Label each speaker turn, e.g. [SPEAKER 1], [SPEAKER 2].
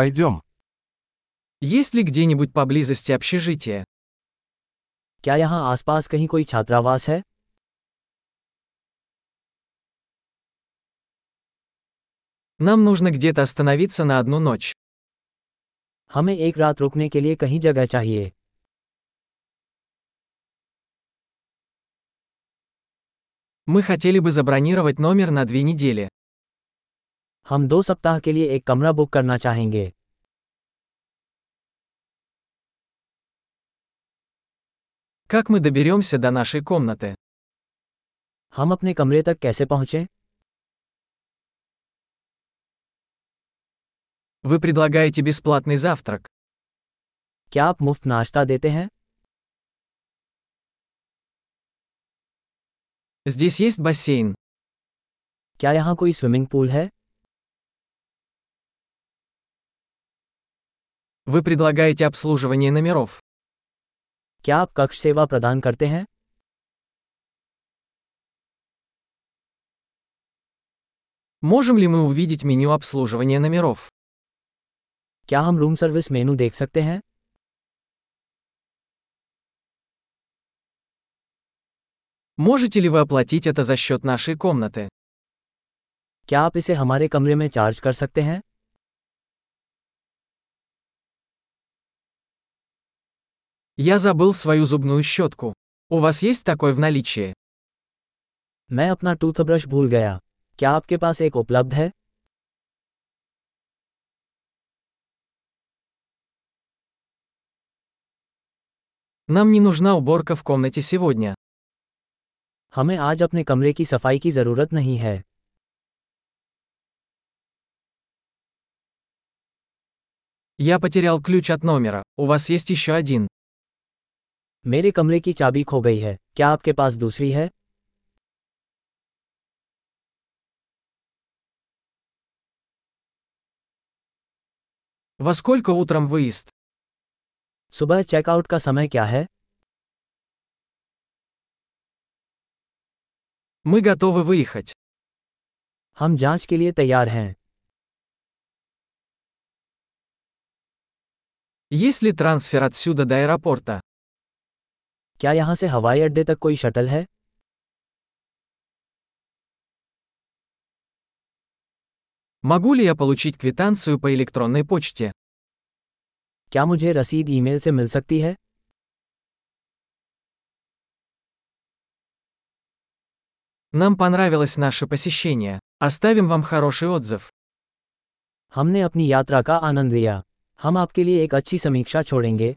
[SPEAKER 1] Пойдем.
[SPEAKER 2] Есть ли где-нибудь поблизости общежитие?
[SPEAKER 3] क्या यहाँ आसपास कहीं कोई छात्रावास है
[SPEAKER 2] Нам нужно где-то остановиться на одну ночь.
[SPEAKER 3] हमें एक रात रुकने के लिए कहीं जगह चाहिए
[SPEAKER 2] Мы хотели бы забронировать номер на две недели.
[SPEAKER 3] हम दो सप्ताह के लिए एक कमरा बुक करना चाहेंगे
[SPEAKER 2] Как мы доберемся до нашей комнаты?
[SPEAKER 3] हम अपने कमरे तक कैसे पहुँचें
[SPEAKER 2] Вы предлагаете бесплатный завтрак.
[SPEAKER 3] क्या आप मुफ्त नाश्ता देते हैं
[SPEAKER 2] Здесь есть бассейн.
[SPEAKER 3] क्या यहाँ कोई स्विमिंग पूल है
[SPEAKER 2] Вы предлагаете обслуживание номеров.
[SPEAKER 3] क्या आप कक्ष सेवा प्रदान करते हैं
[SPEAKER 2] Можем ли мы увидеть меню обслуживания номеров?
[SPEAKER 3] क्या हम रूम सर्विस मेनू देख सकते हैं
[SPEAKER 2] Можете ли вы оплатить это за счет нашей комнаты?
[SPEAKER 3] क्या आप इसे हमारे कमरे में चार्ज कर सकते हैं
[SPEAKER 2] Я забыл свою зубную щетку. У вас есть такой в наличии?
[SPEAKER 3] मैं अपना टूथब्रश भूल गया क्या आपके पास एक उपलब्ध है
[SPEAKER 2] Нам не нужна уборка в комнате сегодня.
[SPEAKER 3] हमें आज अपने कमरे की सफाई की ज़रूरत नहीं है
[SPEAKER 2] Я потерял ключ от номера. У вас есть еще один.
[SPEAKER 3] मेरे कमरे की चाबी खो गई है क्या आपके पास दूसरी है
[SPEAKER 2] Во сколько утром выезд?
[SPEAKER 3] सुबह चेकआउट का समय क्या है
[SPEAKER 2] Мы готовы выехать.
[SPEAKER 3] हम जांच के लिए तैयार हैं
[SPEAKER 2] Есть ли трансфер отсюда до аэропорта?
[SPEAKER 3] क्या यहाँ से हवाई अड्डे तक कोई शटल है
[SPEAKER 2] Могу ли я получить квитанцию по электронной почте?
[SPEAKER 3] क्या मुझे रसीद ईमेल से मिल सकती है
[SPEAKER 2] Нам понравилось наше посещение. Оставим вам хороший отзыв.
[SPEAKER 3] हमने अपनी यात्रा का आनंद लिया हम आपके लिए एक अच्छी समीक्षा छोड़ेंगे